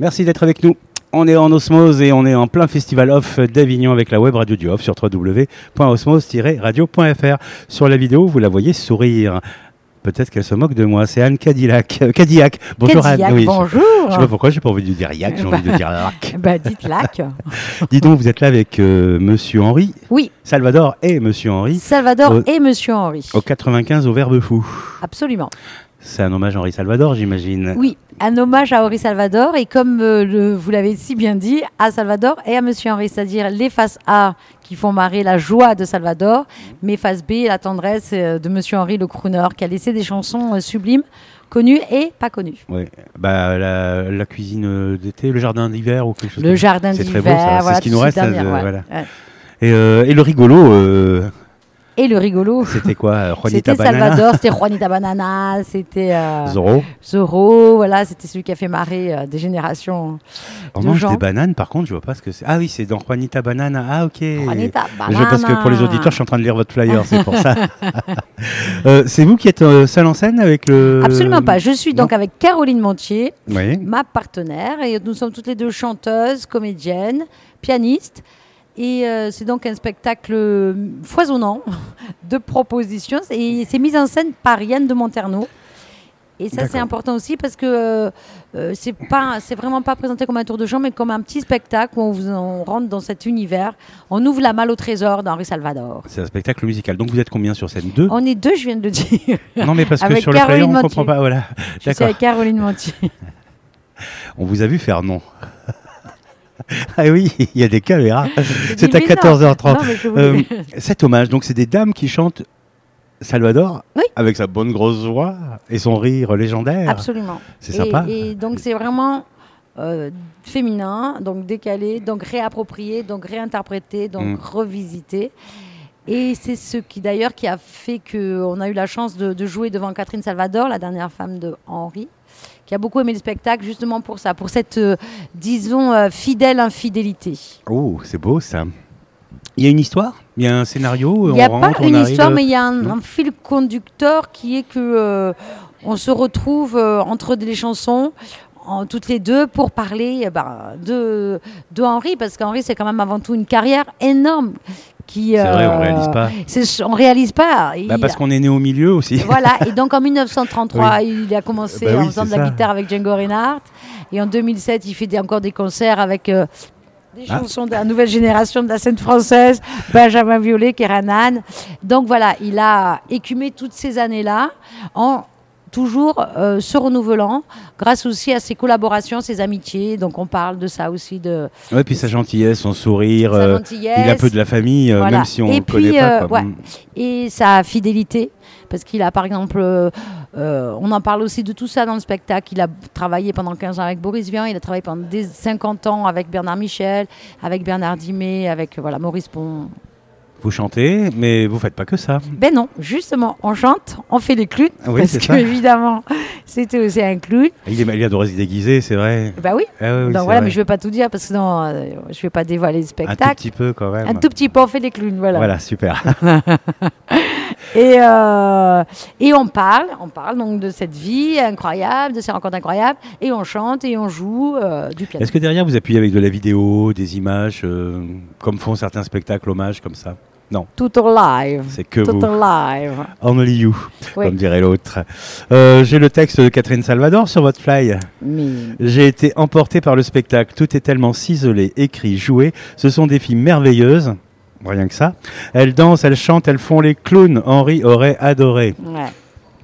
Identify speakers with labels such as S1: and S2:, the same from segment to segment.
S1: Merci d'être avec nous. On est en osmose et on est en plein festival off d'Avignon avec la web radio du off sur www.osmose-radio.fr. Sur la vidéo, vous la voyez sourire. Peut-être qu'elle se moque de moi. C'est Anne Cadillac. Euh, Cadillac. Bonjour
S2: Cadillac,
S1: Anne. Oui, je- Je sais pas
S2: bonjour.
S1: pourquoi j'ai pas envie de dire Yac, j'ai envie de dire Lac.
S2: Bah, dites lac.
S1: Dis donc, vous êtes là avec euh, Monsieur Henri,
S2: Oui,
S1: Salvador et Monsieur Henri
S2: Salvador
S1: Au-
S2: et Monsieur Henri.
S1: au 95 au Verbe Fou.
S2: Absolument.
S1: C'est un hommage à Henri Salvador, j'imagine.
S2: Oui, un hommage à Henri Salvador et comme euh, le- vous l'avez si bien dit, à Salvador et à Monsieur Henri, c'est-à-dire les faces A qui font marrer la joie de Salvador, mais face B, la tendresse euh, de Monsieur Henri, le crooner, qui a laissé des chansons euh, sublimes, connues et pas connues.
S1: Ouais. Bah, la, la cuisine euh, d'été, le jardin d'hiver ou quelque chose.
S2: Le
S1: comme ça.
S2: jardin
S1: c'est
S2: d'hiver,
S1: très beau, ça, c'est
S2: voilà,
S1: ce qui
S2: tout
S1: nous
S2: ce
S1: reste, ça,
S2: dernier,
S1: de-
S2: ouais,
S1: voilà.
S2: ouais.
S1: Et, euh, et le rigolo, euh,
S2: Et le rigolo,
S1: c'était quoi euh, Juanita
S2: c'était
S1: Banana
S2: Salvador, c'était Juanita Banana, c'était... euh,
S1: Zorro.
S2: Zorro, voilà, c'était celui qui a fait marrer euh, des générations.
S1: On
S2: de
S1: mange
S2: gens.
S1: des bananes, par contre, je vois pas ce que c'est. Ah oui, c'est dans Juanita Banana. Ah ok.
S2: Juanita
S1: Je- parce que pour les
S2: Banana.
S1: auditeurs, je suis en train de lire votre flyer, c'est pour ça. Euh, c'est vous qui êtes euh, seul en scène avec le.
S2: Absolument pas. Je
S1: Euh,
S2: suis donc avec Caroline Montier,
S1: Oui.
S2: ma partenaire, et nous sommes toutes les deux chanteuses, comédiennes, pianistes. Et euh, c'est donc un spectacle foisonnant de propositions. Et c'est mis en scène par Yann de Monterneau. Et ça, c'est
S1: D'accord.
S2: important aussi parce que euh, c'est pas, c'est vraiment pas présenté comme un tour de chant, mais comme un petit spectacle où on, vous- on rentre dans cet univers. On ouvre la malle au trésor d'Henri Salvador.
S1: C'est un spectacle musical. Donc vous êtes combien sur scène Deux
S2: On est deux, je viens de le dire.
S1: Non, mais parce que
S2: Oh, Avec
S1: sur le flyer,
S2: Caroline
S1: on
S2: Montier.
S1: comprend pas. Voilà.
S2: Je suis
S1: D'accord.
S2: avec Caroline Montier.
S1: On vous a vu faire non. ah oui, il y a des caméras.
S2: Je dis,
S1: C'est à
S2: mais non.
S1: 14h30.
S2: Non, mais je
S1: Euh,
S2: voulais-
S1: cet hommage, donc c'est des dames qui chantent Salvador
S2: Oui.
S1: avec sa bonne grosse voix et son rire légendaire.
S2: Absolument.
S1: C'est
S2: Et-
S1: sympa.
S2: Et, donc c'est vraiment euh, féminin, donc décalé, donc réapproprié, donc réinterprété, donc
S1: Mm.
S2: revisité. Et c'est ce qui d'ailleurs qui a fait qu'on a eu la chance de, de jouer devant Catherine Salvador, la dernière femme de Henri, qui a beaucoup aimé le spectacle justement pour ça, pour cette, euh, disons, euh, fidèle infidélité.
S1: Oh, c'est beau ça. Il y a une histoire Il y a un scénario
S2: Il n'y a
S1: on rentre,
S2: pas
S1: on
S2: une
S1: arrive- euh,
S2: histoire, mais il y a un,
S1: Non.
S2: un fil conducteur qui est que euh, on se retrouve euh, entre les chansons. En, toutes les deux pour parler eh ben, de, de Henri, parce qu'Henri, c'est quand même avant tout une carrière énorme. qui
S1: C'est vrai, on
S2: euh,
S1: réalise pas.
S2: c'est- on réalise pas. Il-
S1: Bah, parce qu'on est né au milieu aussi.
S2: voilà, et donc en 1933, il a commencé
S1: Bah oui,
S2: en faisant
S1: c'est
S2: de la
S1: ça.
S2: guitare avec Django Reinhardt. Et en 2007, il fait des- encore des concerts avec euh, des
S1: Ah.
S2: chansons de la nouvelle génération de la scène française, Benjamin Violet, Keranan. Donc voilà, il a écumé toutes ces années-là en toujours euh, se renouvelant grâce aussi à ses collaborations, ses amitiés. Donc on parle de ça aussi, de
S1: Ouais, puis sa gentillesse, son sourire.
S2: sa
S1: euh,
S2: gentillesse.
S1: Il a peu de la famille, euh,
S2: Voilà.
S1: même si on
S2: Et
S1: ne
S2: puis,
S1: connaît pas.
S2: euh,
S1: quoi.
S2: ouais.
S1: Mm.
S2: et sa fidélité. Parce qu'il a, par exemple, euh, euh, on en parle aussi de tout ça dans le spectacle. Il a travaillé pendant 15 ans avec Boris Vian, il a travaillé pendant des 50 ans avec Bernard Michel, avec Bernard Dimet, avec euh, voilà, Maurice Pont.
S1: Vous chantez, mais vous faites pas que ça.
S2: Ben non, justement, on chante, on fait les clowns,
S1: Oui,
S2: parce
S1: c'est
S2: que
S1: ça.
S2: évidemment, c'était aussi un clown.
S1: Il, est- il adorait se déguiser, c'est vrai.
S2: Ben oui,
S1: Ah ouais, oui,
S2: donc
S1: c'est
S2: voilà,
S1: vrai.
S2: mais je ne vais pas tout dire, parce que non, euh, je ne vais pas dévoiler le
S1: Un tout
S2: spectacle.
S1: petit peu quand même.
S2: Un tout petit peu, on fait les clowns, voilà.
S1: Voilà, super.
S2: Et, euh, et on parle, on parle donc de cette vie incroyable, de ces rencontres incroyables, et on chante et on joue euh, du piano.
S1: Est-ce que derrière vous appuyez avec de la vidéo, des images, euh, comme font certains spectacles hommages comme ça
S2: Tout en live.
S1: C'est que
S2: Tout
S1: vous.
S2: en live.
S1: Only you,
S2: Oui.
S1: comme dirait l'autre. Euh, J'ai le texte de Catherine Salvador sur votre fly.
S2: Mais
S1: J'ai été emporté par le spectacle. Tout est tellement ciselé, écrit, joué. Ce sont des filles merveilleuses. Rien que ça. Elles dansent, elles chantent, elles font les clowns. Henri aurait adoré.
S2: ouais.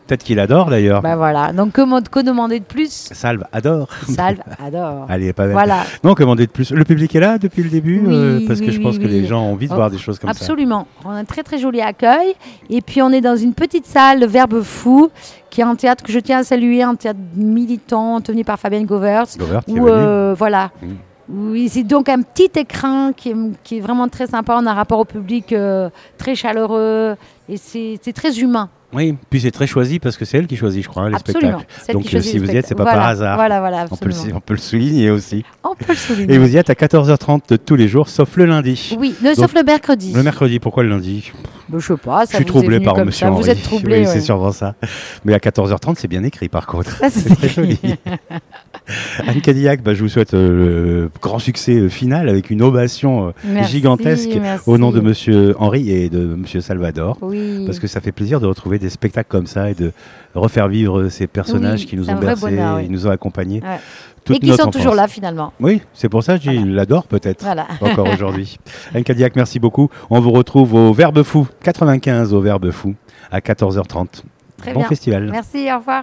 S1: Peut-être qu'il adore d'ailleurs.
S2: bah voilà. Donc comment que demander de plus
S1: Salve adore.
S2: Salve adore.
S1: Allez, pas mal.
S2: Voilà,
S1: Non, commander de plus. Le public est là depuis le début euh,
S2: Oui,
S1: Parce que
S2: oui,
S1: je pense
S2: oui,
S1: que les
S2: oui.
S1: gens ont envie de
S2: Oh,
S1: voir des choses comme
S2: absolument. On a un très très joli accueil. Et puis on est dans une petite salle, le Verbe Fou, qui est un théâtre que je tiens à saluer, un théâtre militant tenu par Fabienne Govers.
S1: ça. Gover qui est
S2: Ou
S1: venu.
S2: euh, voilà.
S1: Mm.
S2: Oui, c'est donc un petit écran qui est, qui est vraiment très sympa. On a un rapport au public euh, très chaleureux et c'est c'est très humain.
S1: Oui, puis c'est très choisi parce que c'est elle qui choisit, je crois, hein, les
S2: absolument.
S1: spectacles.
S2: Celle
S1: Donc,
S2: qui choisit
S1: si
S2: les
S1: vous y
S2: spectacles.
S1: êtes, c'est pas
S2: Voilà,
S1: par hasard.
S2: Voilà, voilà,
S1: On peut, le,
S2: absolument.
S1: on peut le souligner aussi.
S2: On peut, on peut le souligner.
S1: Et vous y êtes à 14h30 de tous les jours, sauf le lundi.
S2: Oui, non,
S1: Donc,
S2: sauf le mercredi.
S1: Le mercredi, pourquoi le lundi
S2: Ben, je sais pas, ça
S1: Je suis
S2: vous est
S1: troublé
S2: venu
S1: par
S2: comme
S1: monsieur
S2: ça.
S1: Henri.
S2: Vous êtes troublé,
S1: Oui, c'est
S2: ouais.
S1: sûrement ça. Mais à 14h30, c'est bien écrit par contre.
S2: Ça, c'est
S1: Très joli. Anne Cadillac, bah, je vous souhaite euh, le grand succès euh, final avec une ovation euh,
S2: Merci,
S1: gigantesque
S2: merci.
S1: au nom de monsieur Henri et de monsieur Salvador.
S2: Oui.
S1: Parce que ça fait plaisir de retrouver des spectacles comme ça et de refaire vivre ces personnages
S2: Oui,
S1: qui nous
S2: c'est
S1: ont
S2: un vrai
S1: bercés,
S2: bonheur, oui.
S1: ils nous ont accompagnés.
S2: Ouais.
S1: toute
S2: Et qui
S1: notre
S2: sont toujours
S1: enfance.
S2: là finalement.
S1: Oui, c'est pour ça que je dis, l'adore peut-être
S2: Voilà.
S1: encore aujourd'hui. Anne Cadillac, merci beaucoup. On vous retrouve au Verbe Fou, 95 au Verbe Fou, à 14h30.
S2: Très
S1: bon
S2: bien.
S1: festival.
S2: Merci, au revoir.